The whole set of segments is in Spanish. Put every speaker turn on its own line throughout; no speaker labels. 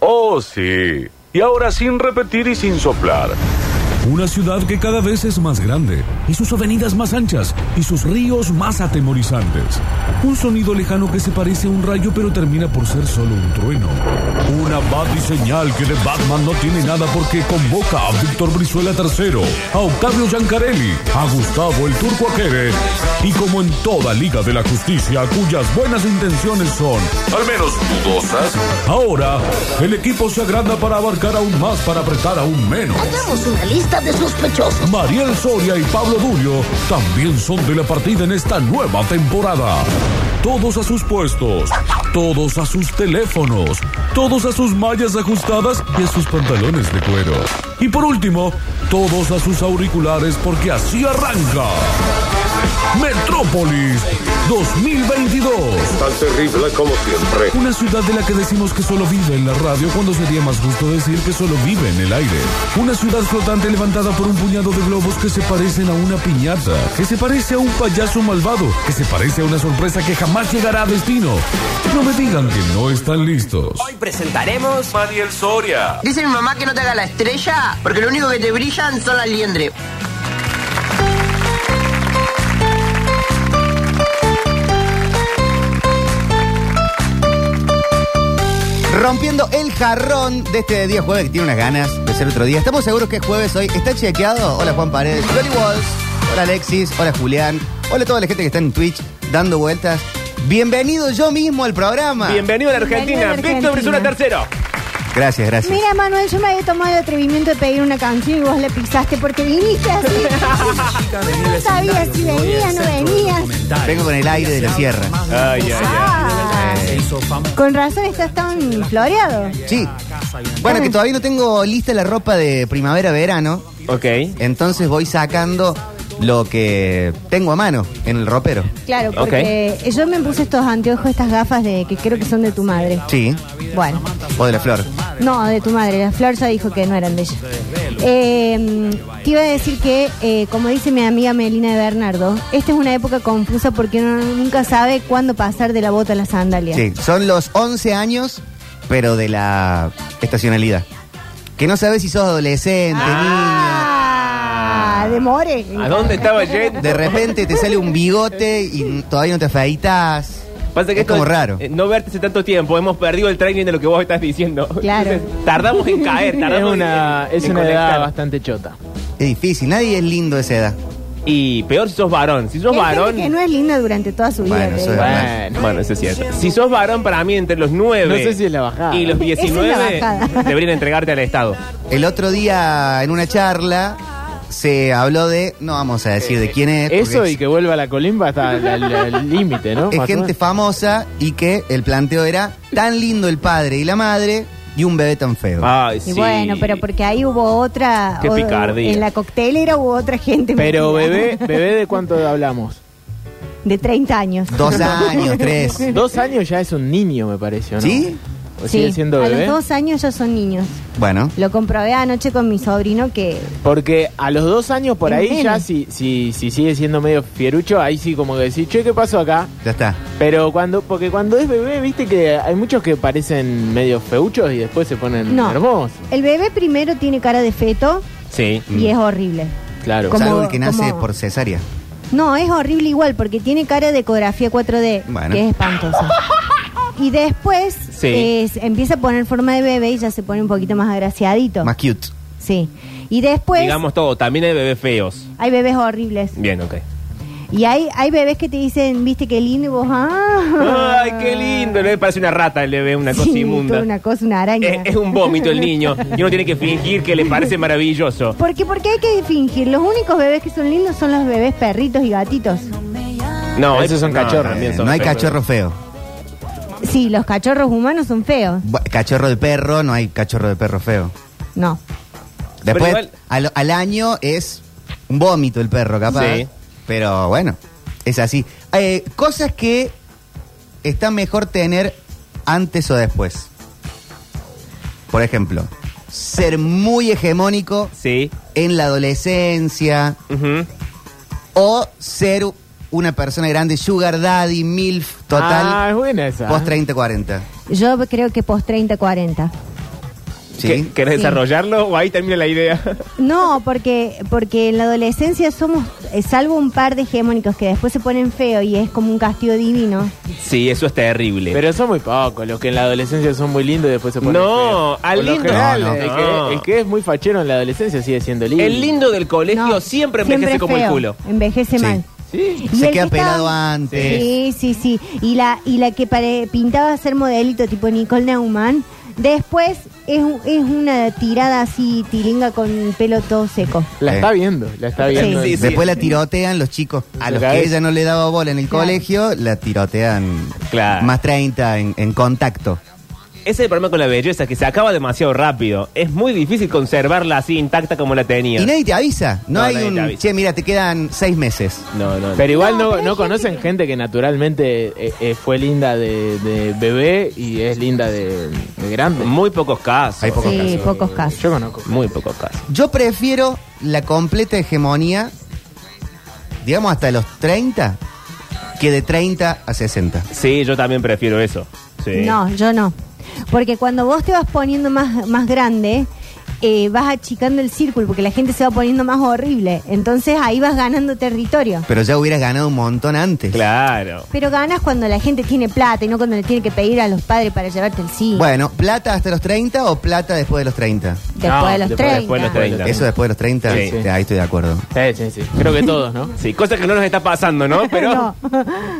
Oh, sí. Y ahora sin repetir y sin soplar.
Una ciudad que cada vez es más grande, y sus avenidas más anchas, y sus ríos más atemorizantes. Un sonido lejano que se parece a un rayo pero termina por ser solo un trueno. Una batiseñal que de Batman no tiene nada porque convoca a Víctor Brizuela III, a Octavio Giancarelli, a Gustavo el Turco Aquere, y como en toda Liga de la Justicia cuyas buenas intenciones son,
Al menos dudosas.
ahora el equipo se agranda para abarcar aún más para apretar aún menos.
Hagamos una lista de sospechosos.
Mariel Soria y Pablo Durio también son de la partida en esta nueva temporada. Todos a sus puestos, todos a sus teléfonos, todos a sus mallas ajustadas y a sus pantalones de cuero. Y por último, todos a sus auriculares porque así arranca. Metrópolis 2022.
Tan terrible como siempre.
Una ciudad de la que decimos que solo vive en la radio cuando sería más justo decir que solo vive en el aire. Una ciudad flotante levantada por un puñado de globos que se parecen a una piñata, que se parece a un payaso malvado, que se parece a una sorpresa que jamás llegará a destino. No me digan que no están listos.
Hoy presentaremos
Mariel Soria.
Dice mi mamá que no te haga la estrella, porque lo único que te brillan son las liendres.
Rompiendo el jarrón de este día jueves que tiene unas ganas de ser otro día. Estamos seguros que es jueves hoy. ¿Está chequeado? Hola Juan Paredes, Loli Walls, hola Alexis, hola Julián, hola a toda la gente que está en Twitch dando vueltas. Bienvenido yo mismo al programa.
Bienvenido a la
Ah. Bienvenido a
Argentina,
la
Víctor
Argentina.
Brizuela tercero.
Gracias, gracias.
Mira, Manuel, yo me había tomado el atrevimiento de pedir una canción y vos le pisaste porque viniste así. Yo no sabía si venías, no venías.
Vengo con el aire de la sierra.
Ay, ay, ay.
Ah, con razón estás tan floreado.
Sí. Bueno, que todavía no tengo lista la ropa de primavera-verano,
Ok.
entonces voy sacando lo que tengo a mano en el ropero.
Claro, porque yo me puse estos anteojos, estas gafas de que creo que son de tu madre.
Sí.
Bueno,
O de la flor.
no, de tu madre. La Flor ya dijo que no eran de ella. Eh, te iba a decir que, eh, como dice mi amiga Melina de Bernardo, esta es una época confusa porque uno nunca sabe cuándo pasar de la bota a la sandalia.
Sí, son los 11 años, pero de la estacionalidad. Que no sabes si sos adolescente,
Ah, de More.
¿A dónde estaba Jet?
niño. De repente te sale un bigote y todavía no te afeitas.
Pasa que
es
esto
como raro.
eh, No verte hace tanto tiempo, hemos perdido el training de lo que vos estás diciendo.
Claro.
Entonces, tardamos en caer,
Es
tardamos
una,
en,
es
en
una
conectar.
edad bastante chota.
Es difícil, nadie es lindo de esa edad.
Y peor si sos varón. Si sos
Hay gente
varón.
Que no es linda durante toda su vida.
Bueno,
te
eso es
digo.
verdad.
Bueno, bueno, eso es cierto. Si sos varón, para mí, entre los 9
No sé si es la bajada.
y los
Esa es la
19,
bajada.
deberían entregarte al Estado.
El otro día en una charla se habló de, no vamos a decir de quién es, porque
Eso
es-
y que vuelva la colimba hasta el- el el límite, ¿no?
es
Más o
gente
menos.
famosa y que el planteo era tan lindo el padre y la madre y un bebé tan feo.
Ay,
Y
sí.
bueno, pero porque ahí hubo otra.
Qué
o-
picardía.
En la coctelera hubo otra gente.
Pero
metida.
bebé, bebé de cuánto hablamos?
De 30 años.
Dos años, tres.
Dos años ya es un niño, me parece, ¿o ¿no?
¿Sí?
¿O sigue siendo
a
bebé?
los dos años ya son niños.
Bueno.
Lo comprobé anoche con mi sobrino que.
Porque a los dos años por
Es
ahí
nene.
ya si, si, si sigue siendo medio fierucho, ahí sí como que decís, che, ¿qué pasó acá?
Ya está.
Pero cuando, porque cuando es bebé, viste que hay muchos que parecen medio feuchos y después se ponen
No.
hermosos.
El bebé primero tiene cara de feto
Sí.
Mm.
y es horrible.
Claro.
Como-
Salvo el que nace
como-
por cesárea.
No, es horrible igual porque tiene cara de ecografía 4D,
Bueno.
que es espantosa. Y después
Sí.
eh, se empieza a poner forma de bebé y ya se pone un poquito más agraciadito.
Más cute.
Sí. Y después
Digamos todo, también hay bebés feos.
hay bebés horribles.
Bien, ok.
Y hay, hay bebés que te dicen, viste qué lindo, y vos, ah.
Ay, qué lindo. Le parece una rata el bebé, una cosa
Sí,
inmunda.
toda una cosa, una araña.
Es, es un vómito el niño y uno tiene que fingir que le parece maravilloso.
¿Por qué? Porque hay que fingir. Los únicos bebés que son lindos son los bebés perritos y gatitos.
No,
Esos son cachorros.
también
Eh,
son
no hay
feos.
cachorro feo.
Sí, los cachorros humanos son feos.
Bu- Cachorro de perro, no hay cachorro de perro feo.
No.
Después,
igual-
al, al año es un vómito el perro, capaz.
Sí.
Pero bueno, es así. Eh, cosas que está mejor tener antes o después. Por ejemplo, ser muy hegemónico
Sí.
en la adolescencia
ujú.
o ser una persona grande, sugar daddy, milf, total,
Ah,
Ah, es buena esa.
post 30-40.
Yo creo que post 30, 40.
Sí.
¿Qué- ¿Querés
Sí.
desarrollarlo o ahí termina la idea?
No, porque, porque en la adolescencia somos, eh, salvo un par de hegemónicos que después se ponen feo y es como un castigo divino.
Sí, eso es terrible.
Pero son muy pocos, los que en la adolescencia son muy lindos y después se ponen
No,
feos.
al
Por lo
lindo-
general,
No, no.
el, que, el que es muy fachero en la adolescencia sigue siendo lindo.
el lindo del colegio
No,
siempre envejece
es
como el
feo,
culo.
Envejece
Sí.
mal.
Sí.
Y
Se
el
queda
que
pelado antes.
Sí, sí, sí. Y la, y la que pare- pintaba ser modelito tipo Nicole Neumann, después es, un- es una tirada así tilinga con pelo todo seco.
La
Sí.
está viendo, la está
Sí.
viendo.
Sí, sí.
Después la tirotean los chicos. A los que ella no le daba bola en el
Claro.
colegio, la tirotean
Claro.
más 30 en, en contacto.
Ese es el problema con la belleza, que se acaba demasiado rápido. Es muy difícil conservarla así intacta como la tenía.
Y nadie te avisa. No,
No,
hay
nadie
un.
te avisa.
Che, mira, te quedan seis meses.
No, no, no.
Pero igual
No,
no,
pero
no,
hay gente
conocen
que-
gente que naturalmente eh, eh, fue linda de, de bebé y es linda de, de grande.
Muy pocos casos.
Hay pocos
sí,
casos.
pocos casos.
Yo conozco.
Muy pocos casos.
Yo prefiero la completa hegemonía, digamos hasta los 30, que de 30 a 60.
Sí, yo también prefiero eso. Sí.
No, yo no. Porque cuando vos te vas poniendo más, más grande, eh, vas achicando el círculo, porque la gente se va poniendo más horrible. Entonces ahí vas ganando territorio.
Pero ya hubieras ganado un montón antes.
Claro.
Pero ganas cuando la gente tiene plata y no cuando le tiene que pedir a los padres para llevarte el cine.
Bueno, ¿plata hasta los 30 o plata después de los 30?
después
no,
de los
después-
30.
después de los 30.
Eso después de los 30,
Sí.
sí, ahí estoy de acuerdo.
Sí, sí, sí. Creo que todos, ¿no?
Sí, cosa que no nos está pasando, ¿no? Pero
No.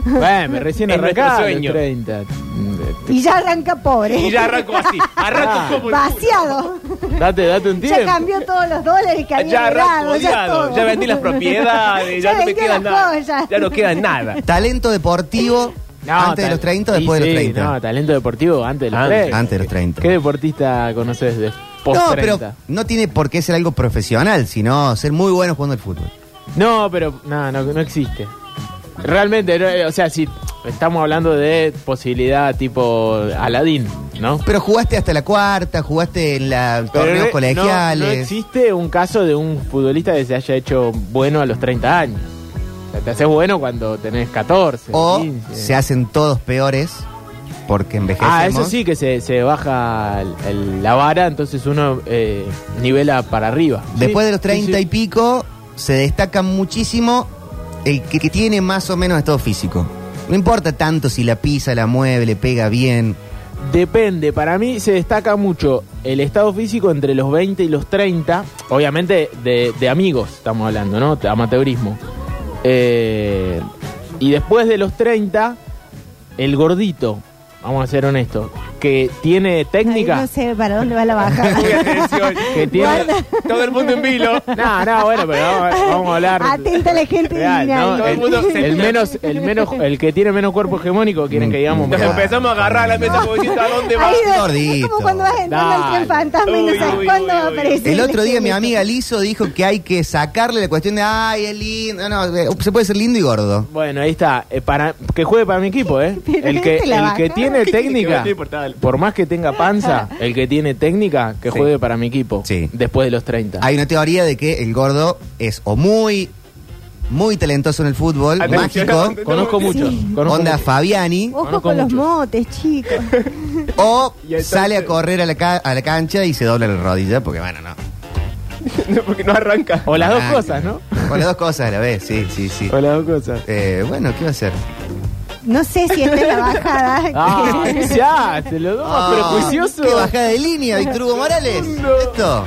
bueno, recién
Es nuestro
arrancaba los
sueño.
30.
Y ya arranca pobre.
y ya arranco así. Arranco como el
Vaciado.
Date, date un tiempo.
Ya cambió todos los dólares que había
Ya arranco
ganado,
odiado,
todo.
ya vendí las propiedades, ya, no me
vendí
queda
las
nada.
joyas.
Ya no queda nada.
Talento deportivo antes de
tal-
los 30 o
y
después de los
sí,
30.
No, talento deportivo antes de los
Antes.
30.
Antes de los 30.
¿Qué deportista conoces de post
No,
30?
pero no tiene por qué ser algo profesional, sino ser muy bueno jugando al fútbol.
No, pero no, no, no existe. Realmente, no, eh, o sea, si estamos hablando de posibilidad tipo Aladín, ¿no?
Pero jugaste hasta la cuarta, jugaste en la torneos
no-
colegiales.
No, existe un caso de un futbolista que se haya hecho bueno a los 30 años. O sea, te haces bueno cuando tenés 14.
o
15.
se hacen todos peores porque envejecemos.
Ah, eso sí, que se, se baja el- el- la vara, entonces uno eh, nivela para arriba.
Después
Sí,
de los
sí,
30
sí.
y pico, se destaca muchísimo el que, que tiene más o menos estado físico. No importa tanto si la pisa, la mueve, le pega bien.
Depende, para mí se destaca mucho el estado físico entre los 20 y los 30, obviamente de, de amigos estamos hablando, ¿no? De Amateurismo. Eh, y después de los 30, el gordito, vamos a ser honestos, que tiene técnica...
Ay, No sé para dónde va la baja.
Atención,
Que tiene-
Guarda.
Todo el mundo en vilo.
No, no, bueno, pero vamos, vamos a hablar.
Atenta a la gente
Real,
de
¿no?
Todo el
el,
mundo se-
el menos, el menos, el que tiene menos cuerpo hegemónico, quieren que digamos.
Nos
Ya.
empezamos a agarrar a la mesa como diciendo a dónde va.
Ahí de-
Gordito.
Es como cuando vas entrando al tren
Dale.
fantasma y no
Uy,
sabes
uy,
cuándo
uy,
va a
uy.
aparecer.
El otro día mi amiga Lizo dijo que hay que sacarle la cuestión de, ay, es lindo. No, no, eh, se puede ser lindo y gordo.
Bueno, ahí está. Eh, para, que juegue para mi equipo, ¿eh?
Pero
El que,
este la
el
baja.
que tiene técnica,
Que va a ser
por más que tenga panza, el que tiene técnica, que
Sí.
juegue para mi equipo.
Sí.
Después de los 30.
Hay una teoría de que el gordo es o muy, muy talentoso en el fútbol,
Atención.
mágico,
Conozco
Sí.
muchos. Conozco
onda
muchos.
Fabiani,
Ojo
Conozco
con los
muchos.
motes, chicos.
o
Y entonces-
sale a correr a la, ca- a la cancha y se dobla la rodilla, porque bueno, no.
No, porque no arranca.
O las dos
Ah,
cosas, ¿no?
O las dos cosas a la vez, sí, sí, sí.
O las dos cosas.
Eh, bueno, ¿qué va a hacer?
No sé si esta es la bajada.
Ah, ya, te lo doy,
Ah,
prejuicioso.
¡Qué bajada de línea, Víctor Hugo Morales! ¿Esto?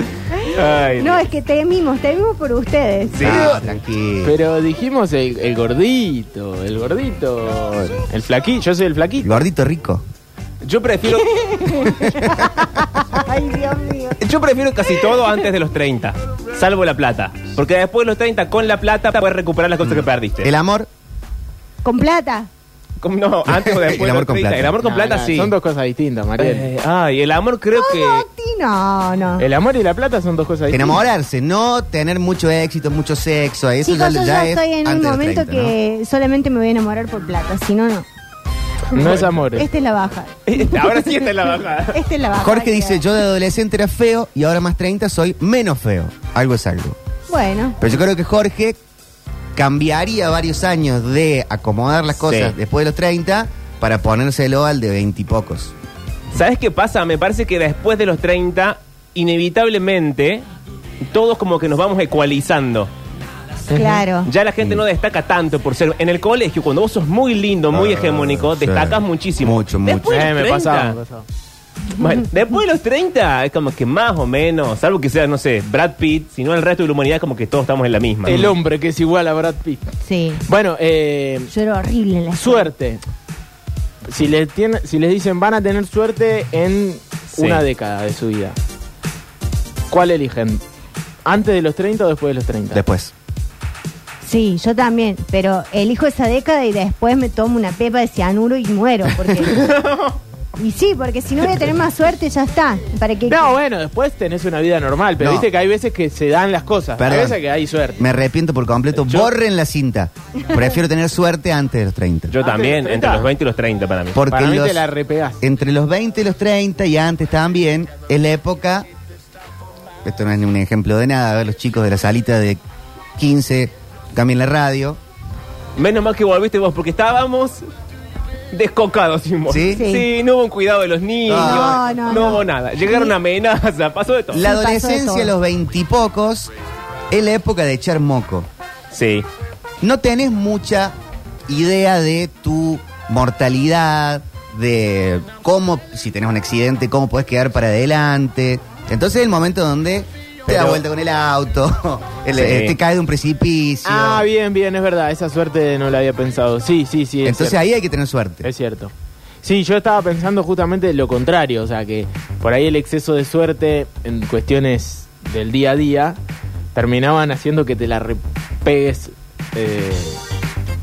Ay,
No, es que temimos, temimos por ustedes.
Sí. No, tranquilo.
Pero dijimos el, el gordito, el gordito, el flaquito. Yo soy el flaquito.
Gordito rico.
Yo prefiero,
Ay, Dios mío.
yo prefiero casi todo antes de los 30, salvo la plata. Porque después de los 30, con la plata, puedes recuperar las cosas que perdiste.
El amor,
Con plata.
¿Cómo no? Antes o después.
El amor
de los
con
30.
plata.
El amor con
No,
plata,
no,
sí.
Son dos cosas distintas, Mariel.
Eh, Ay, el amor creo
No,
que.
ti- no, no.
El amor y la plata son dos cosas distintas.
enamorarse, no tener mucho éxito, mucho sexo. Eso
Chicos,
ya, ya
yo ya
es
estoy en un
antes de los
momento
30, ¿no?
que solamente me voy a enamorar por plata, si no, no.
No es amor.
Esta es la baja.
Ahora sí está en la bajada.
Esta es la baja.
Jorge dice, yo de adolescente era feo y ahora más 30 soy menos feo. Algo es algo.
Bueno,
Pero yo creo que Jorge cambiaría varios años de acomodar las cosas
Sí.
después de los 30 para ponérselo al de 20 y pocos.
¿Sabes qué pasa? Me parece que después de los 30 inevitablemente todos como que nos vamos ecualizando.
Ah.
Claro.
Ya la gente
Mm.
no destaca tanto por ser. En el colegio, cuando vos sos muy lindo, muy hegemónico,
Ah, sí.
destacas muchísimo.
Mucho,
Después de
Eh,
los
me
30,
pasaba, me pasaba.
bueno, después de los 30, es como que más o menos, salvo que sea, no sé, Brad Pitt, sino el resto de la humanidad, como que todos estamos en la misma.
El hombre que es igual a Brad Pitt.
Sí.
Bueno, eh,
Yo era horrible en la
suerte. Si les, tiene- si les dicen van a tener suerte en
Sí.
una década de su vida, ¿cuál eligen? ¿Antes de los 30 o después de los 30?
Después.
Sí, yo también, pero elijo esa década y después me tomo una pepa de cianuro y muero. Porque... y sí, porque si no voy a tener más suerte, ya está. ¿Para qué?
No, bueno, después tenés una vida normal, pero
No.
viste que hay veces que se dan las cosas.
Perdón.
Hay veces que hay suerte.
Me arrepiento por completo.
Yo-
Borren la cinta. Prefiero tener suerte antes de los 30.
Yo
Antes de
también,
los
entre
30.
los 20 y los 30 para mí.
Porque
Para mí
los-
te la repegás.
entre los 20 y los 30 y antes también, es la época. Esto no es ni un ejemplo de nada. A ver, los chicos de la salita de 15 también la radio.
Menos mal que volviste vos, porque estábamos descocados sin vos.
¿Sí?
Sí.
no hubo un cuidado de los niños,
Ah.
no,
No, no, no.
hubo nada. Llegaron amenazas, pasó de todo.
La
Sí, pasó de
adolescencia,
todo.
los veintipocos, es la época de echar moco.
Sí,
No tenés mucha idea de tu mortalidad, de cómo, si tenés un accidente, cómo podés quedar para adelante. Entonces es el momento donde te da
Pero-
vuelta con el auto, el-
Sí.
eh, te caes de un precipicio.
Ah, bien, bien, es verdad. Esa suerte no la había pensado. Sí, sí, sí. es
Entonces
cierto.
ahí hay que tener
Este.
suerte.
Es cierto. Sí, yo estaba pensando justamente lo contrario, o sea que por ahí el exceso de suerte en cuestiones del día a día terminaban haciendo que te la repegues. eh,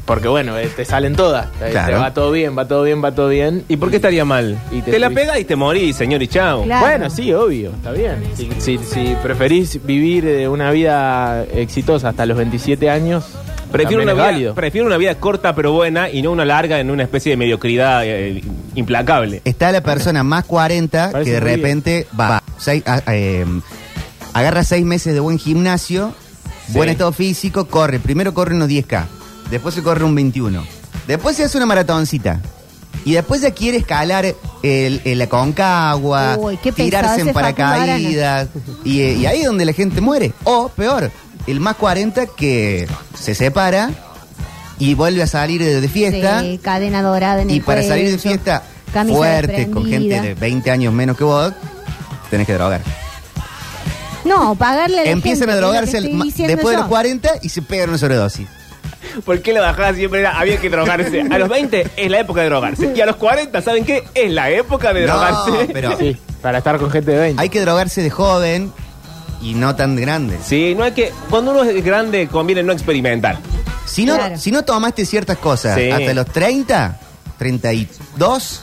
porque bueno, eh, te salen todas. Eh,
Claro.
te va todo bien, va todo bien, va todo bien.
¿Y por qué estaría mal?
Y
te
te
la
fuiste.
pegás y te morís, señor y chao.
Claro.
Bueno, sí, obvio, está bien. Si, si- si preferís vivir eh, una vida exitosa hasta los 27 años,
Prefiero
también
una,
es
vida,
válido.
prefiero una vida corta pero buena y no una larga en una especie de mediocridad eh, implacable.
Está la persona más 40
Parece
que de
muy bien.
repente va, va, seis- a- eh, agarra seis meses de buen gimnasio, buen estado físico, corre. Primero corre unos 10K, después se corre un 21, después se hace una maratoncita. Y después ya quiere escalar el, el Aconcagua,
Uy, qué pesado
tirarse en
ese Facundo
paracaídas. Y, eh, y ahí es donde la gente muere. O peor, el más 40 que se separa y vuelve a salir de, de fiesta.
Sí, cadena dorada en el
Y para salir de
cuello,
fiesta
camisa
fuerte, con gente
desprendida.
de 20 años menos que vos, tenés que drogar.
No, pagarle a la
Empiezan
gente,
a
es lo que
drogarse
estoy
al- ma-
diciendo
después de
yo.
los 40 y se pegan una sobredosis.
¿Por qué la bajada siempre era, había que drogarse? A los 20 es la época de drogarse. Y a los 40, ¿saben qué? Es la época de
No,
drogarse.
pero
Sí, para estar con gente de 20.
hay que drogarse de joven y no tan de grande.
Sí, no hay que. Cuando uno es grande, conviene no experimentar.
Si no,
Claro.
si no tomaste ciertas cosas
Sí.
hasta los 30, 32,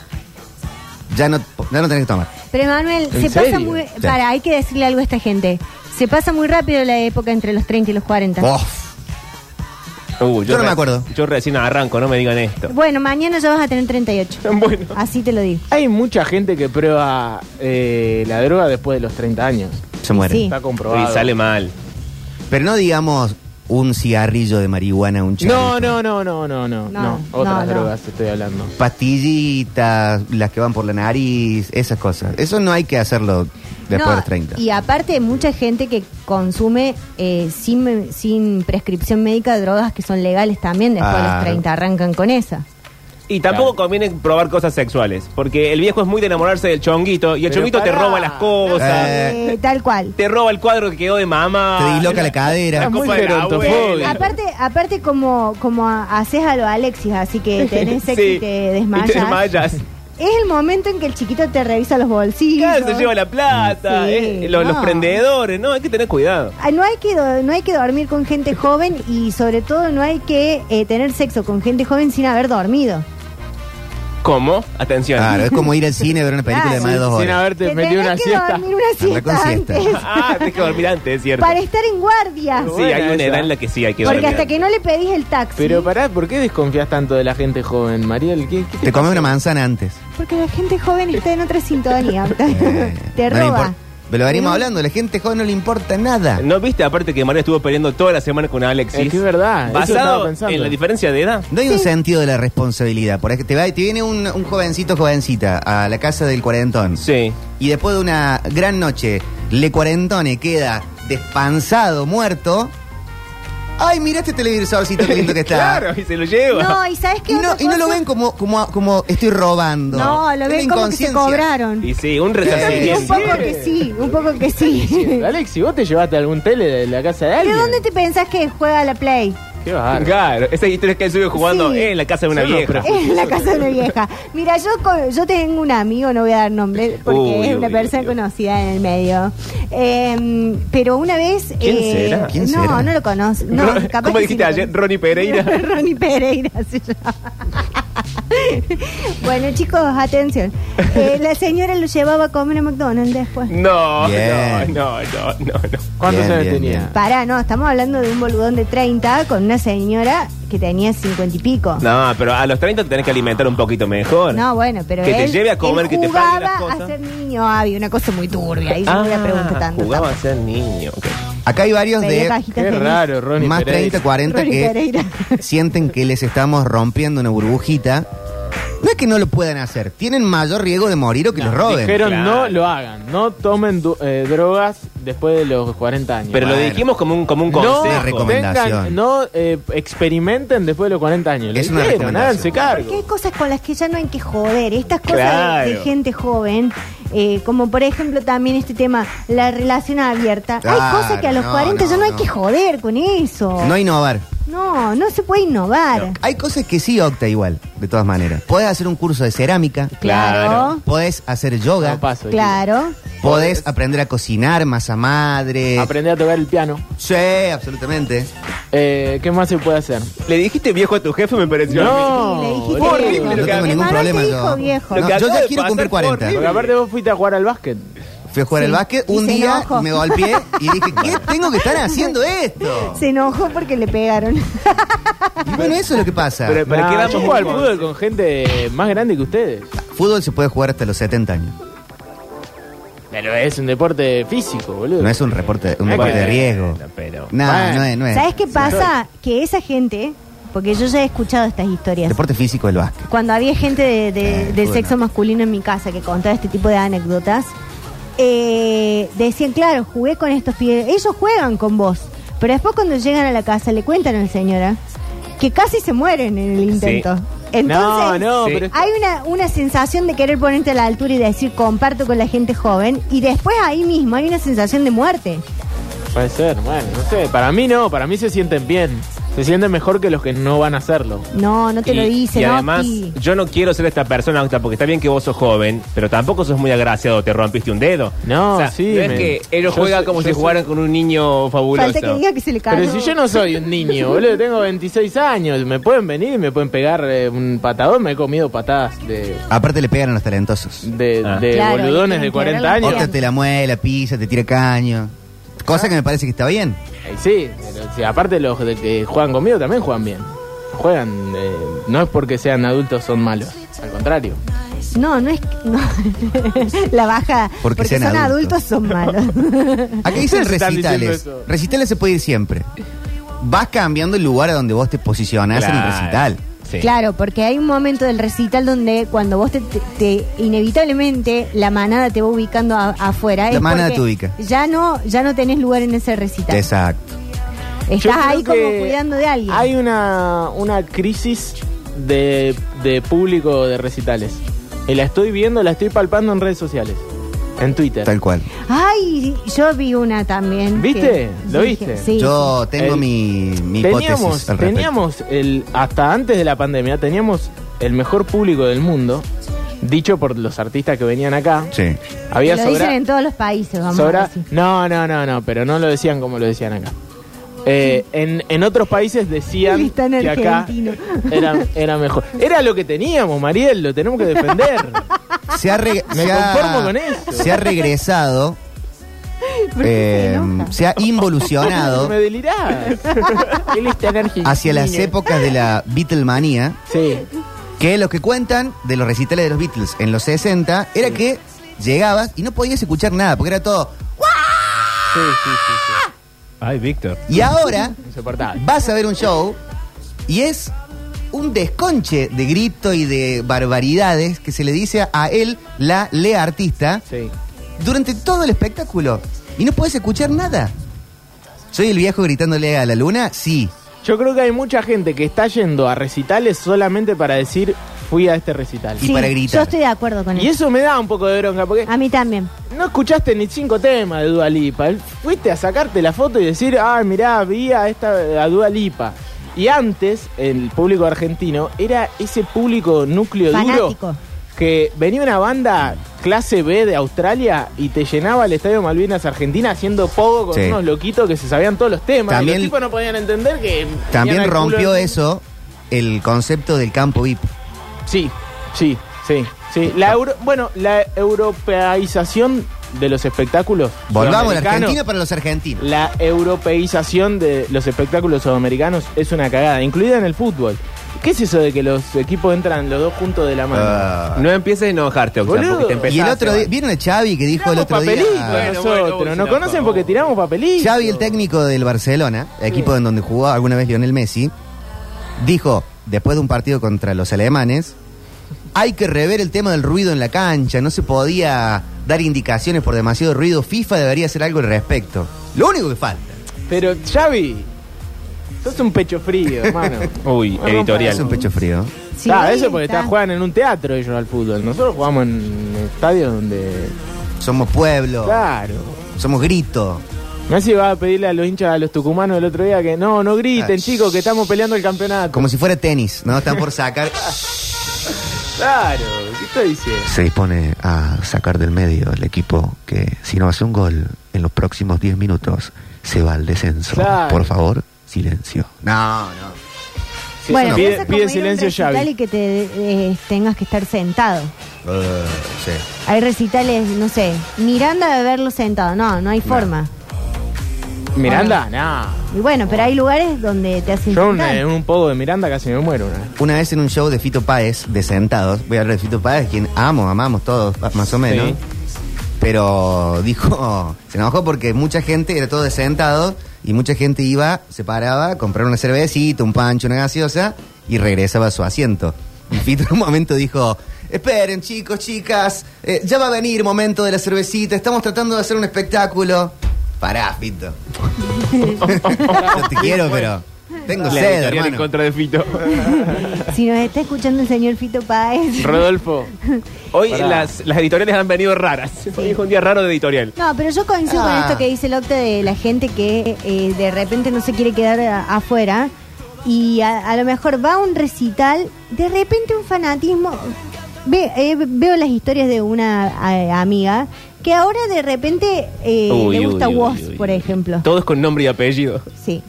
ya no, ya no tenés que tomar.
Pero Manuel,
¿En
se pasa
serio?
muy... Para, hay que decirle algo a esta gente. Se pasa muy rápido la época entre los 30 y los 40.
Uf.
Uh,
Yo no me
re-
acuerdo.
Yo recién arranco, no me digan esto.
Bueno, mañana ya vas a tener 38.
Bueno.
Así te lo digo.
Hay mucha gente que prueba eh, la droga después de los 30 años.
se mueren.
sí.
Está
Y
comprobado.
sale mal.
Pero no digamos un cigarrillo de marihuana, un chico.
no, no, no, no, no,
No,
no, no. Otras
no, no.
drogas estoy hablando.
pastillitas, las que van por la nariz, esas cosas. Eso no hay que hacerlo después
No,
de los 30.
Y aparte, mucha gente que consume eh, sin, sin prescripción médica drogas que son legales también después de
Ah.
los 30, arrancan con esa.
Y tampoco conviene probar cosas sexuales. Porque el viejo es muy de enamorarse del chonguito. Y el
Pero
chonguito te
pará.
roba las cosas.
Eh.
Eh, tal cual.
Te roba el cuadro que quedó de mamá.
Te disloca la cadera.
La
muy
copa de la
gerontofóbico.
abuela.
Aparte, aparte como, como a- haces a lo Alexis, así que tenés sexo
Sí.
y te desmayas.
Y te desmayas.
Es el momento en que el chiquito te revisa los bolsillos.
Claro, se lleva la plata,
Sí,
eh, los, los
no.
prendedores, no, hay que tener cuidado.
Ah, No hay, que, do- no hay que dormir con gente joven y sobre todo no hay que eh, tener sexo con gente joven sin haber dormido.
¿Cómo? Atención.
Claro, es como ir al cine a ver una película de más de dos
Sin
horas.
haberte
Te
metido
tenés
una
que
siesta.
dormir una
Anda con
siesta
siesta.
antes.
Ah, tenés que dormir antes, es cierto.
para estar en guardia.
Sí, hay una
Buena
edad
esa.
en la que sí hay que
Porque
dormir.
hasta que no le pedís el taxi.
Pero pará, ¿por qué desconfías tanto de la gente joven, Mariel? ¿Qué, qué
Te comes una manzana antes.
Porque la gente joven está en otra sintonía. te
Eh,
Eh,
No le
roba.
importa. Pero lo venimos hablando, la gente joven no le importa nada.
¿No viste aparte que María estuvo peleando toda la semana con Alexis?
Es que es verdad, eso
Basado
estaba pensando.
en la diferencia de edad.
No hay un sentido de la responsabilidad. Por ejemplo, te, va, te viene un, un jovencito, jovencita, a la casa del cuarentón.
Sí.
Y después de una gran noche Le Cuarentone queda despansado, muerto. Ay, mira este televisorcito qué lindo que está.
Claro, y se lo lleva.
No, y ¿sabes qué?
Y no,
otra
y no lo
cosa?
ven como, como, como estoy robando.
No, lo
Es
ven
la
como que se
inconsciencia.
cobraron.
Y sí, un
Yo creo que un
resarcimiento.
poco que sí, un poco que sí.
Alexi, ¿vos te llevaste algún tele de la casa de
¿De
alguien?
dónde te pensás que juega la Play?
Qué bárbaro.
Claro, esa historia que él sube jugando
Sí.
en la casa de una
Son los
vieja.
prejuicios.
En la casa de una vieja. Mira, yo, co- yo tengo un amigo, no voy a dar nombre, porque
Uy,
es una
uy,
persona
uy.
conocida en el medio. Eh, pero una vez...
¿Quién
eh,
será?
¿Quién
no,
será?
no lo conozco. No,
Ro-
capaz
¿Cómo
que
dijiste
sí lo
ayer?
conozco.
¿Ronnie Pereira?
Ronnie Pereira se llama. bueno, chicos, atención. Eh, la señora lo llevaba a comer a McDonald's después.
No,
Bien.
no, no, no, no, no.
¿Cuántos
Bien,
años
bien,
tenía?
bien.
Pará, no, estamos hablando de un boludón de 30 con una señora que tenía 50 y pico.
No, pero a los 30 te tenés que alimentar un poquito mejor.
No, bueno, pero
Que te
él-
lleve a comer,
él
que te pague
jugaba
las cosas. Ah,
a ser niño, había una cosa muy turbia. Ahí yo no voy a preguntar tanto.
Jugaba a ser niño. ok.
Acá hay varios
Pedía
de
cajitas
Qué
feliz.
raro, Ronnie.
más
Pereira.
30, 40
Ronnie
que
Pereira.
sienten que les estamos rompiendo una burbujita. No es que no lo puedan hacer, tienen mayor riesgo de morir o que los roben.
Dijeron
Claro.
no lo hagan, no tomen du- eh, drogas después de los 40 años.
Pero lo
Bueno.
dijimos como un, como un
no,
consejo.
Una recomendación.
tengan- no eh, experimenten después de los 40 años. Lo
Es una
dijeron,
recomendación.
háganse cargo.
Porque hay cosas con las que ya no hay que joder. Estas cosas de- de,
Claro.
gente joven, eh, como por ejemplo también este tema, la relación abierta. hay
Claro,
cosas que a los
no,
40 ya no,
no,
hay
no.
que joder con eso.
No innovar.
No, no se puede innovar.
Hay cosas que sí octa igual, de todas maneras. Podés hacer un curso de cerámica,
Claro.
podés hacer yoga,
No paso.
Claro.
podés aprender a cocinar masa madre.
Aprender a tocar el piano.
Sí, absolutamente.
Eh, ¿Qué más se puede hacer?
Le dijiste viejo a tu jefe, me pareció. a mí.
No,
Y le dijiste
horrible
viejo.
lo que
No tengo
hago.
ningún
Emanuel te
problema
dijo
yo.
viejo.
No,
Lo que
yo
acabo
ya
de
quiero
pasar
cumplir
fue
40.
horrible.
porque aparte vos fuiste a jugar al básquet.
Fui a jugar
Sí,
al básquet
y
un
se
día,
enojó.
me golpeé y dije, ¿qué tengo que estar haciendo esto?
Se enojó porque le pegaron.
Y bueno, eso es lo que pasa.
Pero- ¿Para
Nah,
qué vamos
yo juego al
entonces?
fútbol con gente más grande que ustedes.
Fútbol se puede jugar hasta los 70 años.
Pero es un deporte físico, boludo.
No es un reporte, un
Eh,
deporte de
bueno,
riesgo.
pero-
No,
Bueno.
no es, no es.
¿Sabes qué pasa? Que esa gente, porque yo ya he escuchado estas historias.
Deporte físico del básquet.
Cuando había gente de- de-
Eh,
del
bueno.
sexo masculino en mi casa que contaba este tipo de anécdotas, eh, decían, claro, jugué con estos pibes. Ellos juegan con vos. Pero después cuando llegan a la casa le cuentan a la señora que casi se mueren en el intento.
Sí.
Entonces,
no, no,
Sí.
pero
Hay una, una sensación de querer ponerte a la altura y decir comparto con la gente joven y después ahí mismo hay una sensación de muerte.
puede ser, bueno, no sé. Para mí no, para mí se sienten bien. Se sienten mejor que los que no van a hacerlo.
No, no
y,
te lo dice,
y
no.
además,
Pi.
yo no quiero ser esta persona, Octa, porque está bien que vos sos joven, pero tampoco sos muy agraciado, te rompiste un dedo.
No,
o sea,
sí,
No es
me-
que ellos
yo
juegan
sé-
como
yo
si
sé.
jugaran con un niño fabuloso.
Falta que diga que se le cayó.
Pero si yo no soy un niño, boludo, tengo 26 años, me pueden venir, me pueden pegar eh, un patadón, me he comido patadas de,
Aparte le pegan a los talentosos.
de,
Ah.
de
Claro, y
boludones de
tienen que
40
agarrar
años.
los
Otra te la mueve, la pisa, te tira caño. Cosa que me parece que está bien.
Ay, sí, pero, sí, aparte los de que juegan conmigo también juegan bien. Juegan, eh, no es porque sean adultos son malos, al contrario.
No, no es. no. la baja.
Porque sean
son
adultos.
adultos. son malos.
Aquí dicen
Ustedes están
recitales.
diciendo eso.
Recitales se puede ir siempre. Vas cambiando el lugar a donde vos te posicionás en el
Claro.
recital.
Sí.
Claro, porque hay un momento del recital donde cuando vos te, te- te- inevitablemente la manada te va ubicando a- afuera.
La
es
manada
porque
te ubica.
Ya no, ya no tenés lugar en ese recital.
Exacto.
Yo
Estás
creo
ahí como
que
cuidando de alguien.
Hay una, una crisis de, de público de recitales. Y la estoy viendo, la estoy palpando en redes sociales, en Twitter.
Tal cual.
Ay, yo vi una también.
¿Viste?
que-
¿Lo
sí,
viste?
sí.
Yo tengo
El-
mi, mi
Teníamos,
hipótesis al respecto.
teníamos el, hasta antes de la pandemia, teníamos el mejor público del mundo, dicho por los artistas que venían acá.
Sí.
Había
lo
sobra-
dicen en todos los países, vamos
sobra-
a decir.
No, no, no, no, pero no lo decían como lo decían acá. Eh, en, en otros países
Él
decían
está en
que acá
argentino.
era, era mejor. Era lo que teníamos, Mariel, lo tenemos que defender.
Se ha, re-
Me
se ha-
conformo con eso.
se ha regresado,
¿Por
eh,
qué se enoja?
se ha involucionado
Me delirás. Él está en Argentina.
hacia las épocas de la Beatlemanía,
Sí.
que lo que cuentan de los recitales de los Beatles en los 60 era que llegabas y no podías escuchar nada, porque era todo.
Sí, sí, sí, sí.
Ay, Víctor.
Y ahora
Insoportable.
vas a ver un show y es un desconche de grito y de barbaridades que se le dice a él, la lea artista,
Sí.
durante todo el espectáculo. y no puedes escuchar nada. ¿Soy el viejo gritándole a la luna? Sí.
Yo creo que hay mucha gente que está yendo a recitales solamente para decir fui a este recital.
Y para gritar.
Yo estoy de acuerdo con
Y
eso.
eso me da un poco de bronca porque
A mí también.
no escuchaste ni cinco temas de Dua Lipa. Fuiste a sacarte la foto y decir, ah, mirá, vi a esta a Dua Lipa. Y antes, el público argentino era ese público núcleo
Fanático.
duro que venía una banda clase B de Australia y te llenaba el Estadio Malvinas Argentina haciendo pogo con
Sí.
unos loquitos que se sabían todos los temas. y
También-
los tipos no podían entender que... tenían
También
el culo
rompió
en-
eso el concepto del campo VIP.
Sí, sí, sí, sí.
Ah.
La euro- bueno, la europeización de los espectáculos.
Volvamos a la
sudamericanos,
Argentina para los argentinos.
La europeización de los espectáculos sudamericanos es una cagada, incluida en el fútbol. ¿Qué es eso de que los equipos entran los dos juntos de la mano?
Ah.
No empieces a enojarte, Oxan,
Boludo.
porque te empezaste.
Y el otro día, ¿vieron a Xavi que dijo el
Tiramos
otro
papelitos
día?
Bueno,
nosotros,
bueno, vos,
nos
loco.
conocen porque tiramos papelitos.
Xavi, el técnico del Barcelona, equipo en donde jugó alguna vez Lionel Messi, dijo, después de un partido contra los alemanes, hay que rever el tema del ruido en la cancha, no se podía dar indicaciones por demasiado ruido, FIFA debería hacer algo al respecto. Lo único que falta.
Pero Xavi, sos un pecho frío, hermano.
Uy,
No
editorial.
Es un pecho frío.
Sí,
Ah, eso porque
está.
está- juegan en un teatro ellos al fútbol. Nosotros jugamos en estadios donde...
Somos pueblo,
Claro.
somos grito.
Messi va a pedirle a los hinchas, a los tucumanos el otro día que no, no griten,
Ah,
chicos, que estamos peleando el campeonato.
Como si fuera tenis, ¿no? Están por sacar.
Claro, ¿qué estoy diciendo?
Se dispone a sacar del medio el equipo que, si no hace un gol en los próximos 10 minutos, se va al descenso.
Claro. Por
favor, silencio. No, no.
Sí,
bueno,
pide,
pero eso es como
pide
ir a un
silencio
recital
Xavi.
y que te eh, tengas que estar sentado.
Eh, sí.
Hay recitales, no sé, Miranda de verlo sentado. No, no hay forma.
Miranda, nah.
Y bueno, pero hay lugares donde te hacen
Yo un,
sentar.
en un poco de Miranda casi me muero. una vez.
Una vez en un show de Fito Páez, de Sentados, voy a hablar de Fito Páez, quien amo, amamos todos, más o menos.
Sí.
Pero dijo, se enojó porque mucha gente era todo de Sentados y mucha gente iba, se paraba, comprar una cervecita, un pancho, una gaseosa y regresaba a su asiento. Y Fito en un momento dijo, esperen chicos, chicas, eh, ya va a venir momento de la cervecita, estamos tratando de hacer un espectáculo. Pará, Fito. Yo te quiero, pero tengo
La
sed,
editorial en
hermano.
contra de Fito.
Si nos está escuchando el señor Fito Páez.
Rodolfo,
Hoy
Pará.
las, las editoriales han venido raras. Hoy es un día raro de editorial.
No, pero yo coincido con
Ah.
esto que dice el Octa de la gente que eh, de repente no se quiere quedar a- afuera y a, a lo mejor va a un recital, de repente un fanatismo. Ve- eh, veo las historias de una eh, amiga que ahora de repente eh,
Uy,
le gusta
uy, uy,
Woz,
uy,
por
uy.
ejemplo.
Todos con nombre y apellido.
Sí.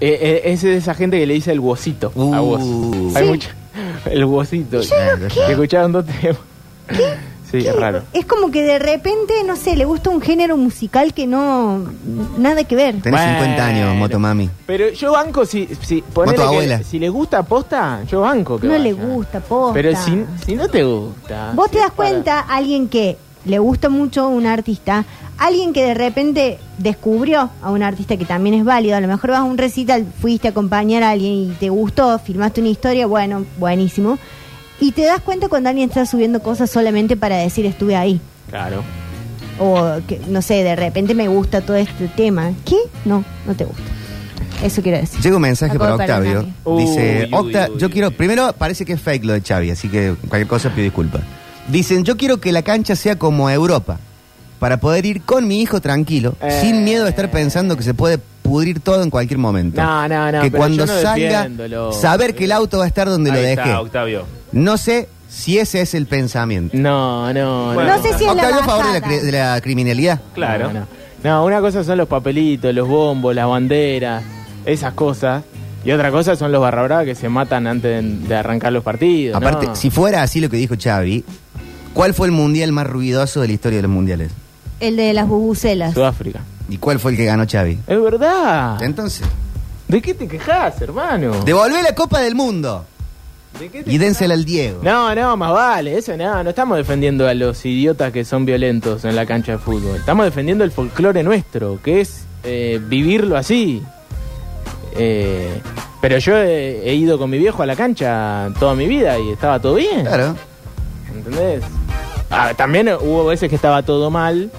eh, eh, es de esa gente que le dice el huesito a
Uh.
vos. Hay
Sí.
mucha. El huesito.
digo, ¿qué?
Escucharon dos temas. Sí, es raro.
Es como que de repente, no sé, le gusta un género musical que no. nada que ver.
Tenés
Bueno.
50 años, Motomami.
Pero yo banco si si, ponele
Moto
que-
abuela.
si le gusta posta, yo banco que
No
vaya.
le gusta, posta.
Pero si, si no te gusta.
Vos te
si
das
es para-
cuenta, alguien que le gusta mucho un artista, alguien que de repente descubrió a un artista que también es válido, a lo mejor vas a un recital, fuiste a acompañar a alguien y te gustó, filmaste una historia, bueno, buenísimo. Y te das cuenta cuando alguien está subiendo cosas solamente para decir estuve ahí.
Claro.
O, que, no sé, de repente me gusta todo este tema. ¿Qué? No, no te gusta. Eso quiero decir.
Llega un mensaje para
Acabo de
Octavio.
perdonar.
Uy,
Dice,
uy,
Octa,
uy,
yo
uy.
quiero... Primero, parece que es fake lo de Xavi, así que cualquier cosa pido disculpas. Dicen, yo quiero que la cancha sea como Europa, para poder ir con mi hijo tranquilo,
Eh.
sin miedo a estar pensando que se puede pudrir todo en cualquier momento.
No, no, no,
Que
pero
cuando
yo no
salga,
defiendo, loco.
saber que el auto va a estar donde lo
Ahí
dejé.
está, Octavio.
No sé si ese es el pensamiento.
No, no,
Bueno.
no.
no sé si es la
Octavio a favor de la,
bajada.
cri- de la criminalidad.
Claro.
No, no. No, una cosa son los papelitos, los bombos, las banderas, esas cosas. Y otra cosa son los barra brava que se matan antes de, de arrancar los partidos. ¿no?
Aparte, si fuera así lo que dijo Xavi, ¿cuál fue el mundial más ruidoso de la historia de los mundiales?
El de las bubucelas.
Sudáfrica.
¿Y cuál fue el que ganó Xavi?
Es verdad.
Entonces,
¿De qué te quejas, hermano?
devolvé la Copa del Mundo
¿De qué te
y dénsela al Diego.
No, no, más vale, eso no, no estamos defendiendo a los idiotas que son violentos en la cancha de fútbol. Estamos defendiendo el folclore nuestro, que es eh, vivirlo así. Eh, pero yo he, he ido con mi viejo a la cancha toda mi vida y estaba todo bien.
Claro.
¿Entendés? Ah, también hubo veces que estaba todo mal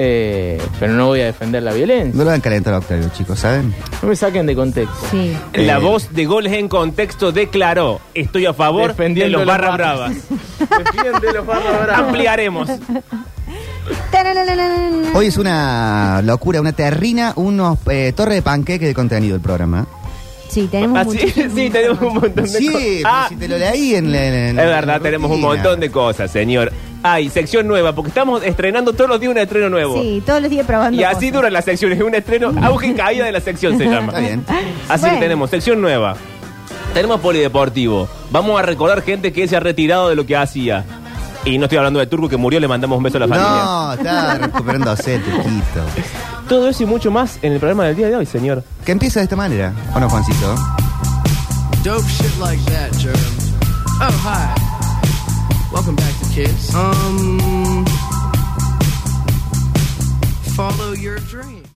eh, pero no voy a defender la violencia.
No lo dan calentar a Octavio, chicos, ¿saben?
No me saquen de contexto.
Sí.
Eh.
La voz de Goles en contexto declaró: Estoy a favor de
Defendiendo
los
los
barra
barras".
bravas.
Defiende los barra
Ampliaremos.
Tararararán.
Hoy es una locura, una terrina, unos eh, torre de panqueque de contenido el programa.
Sí, tenemos
Ah, sí,
muchísimo.
sí, tenemos un montón de
Sí,
cosas.
pero
Ah,
si te lo leí en la. en la-
Es
en la
verdad, tenemos un
rutina.
montón de cosas, señor. Hay sección nueva, porque estamos estrenando todos los días un estreno nuevo.
Sí, todos los días probando.
Y así
cosas.
duran las secciones, un estreno, auge y caída de la sección se llama.
Mm. Está bien.
Así
Bueno.
que tenemos sección nueva. Tenemos polideportivo. Vamos a recordar gente que se ha retirado de lo que hacía. Y no estoy hablando de Turco que murió, le mandamos un beso a la familia.
No, está recuperándose, Turquito.
Todo eso y mucho más en el programa del día de hoy, señor.
Que empieza de esta manera. ¿O no, Juancito?
Dope shit like that, Germ. Oh, hi. Welcome back to Kids. Um. Follow your dream.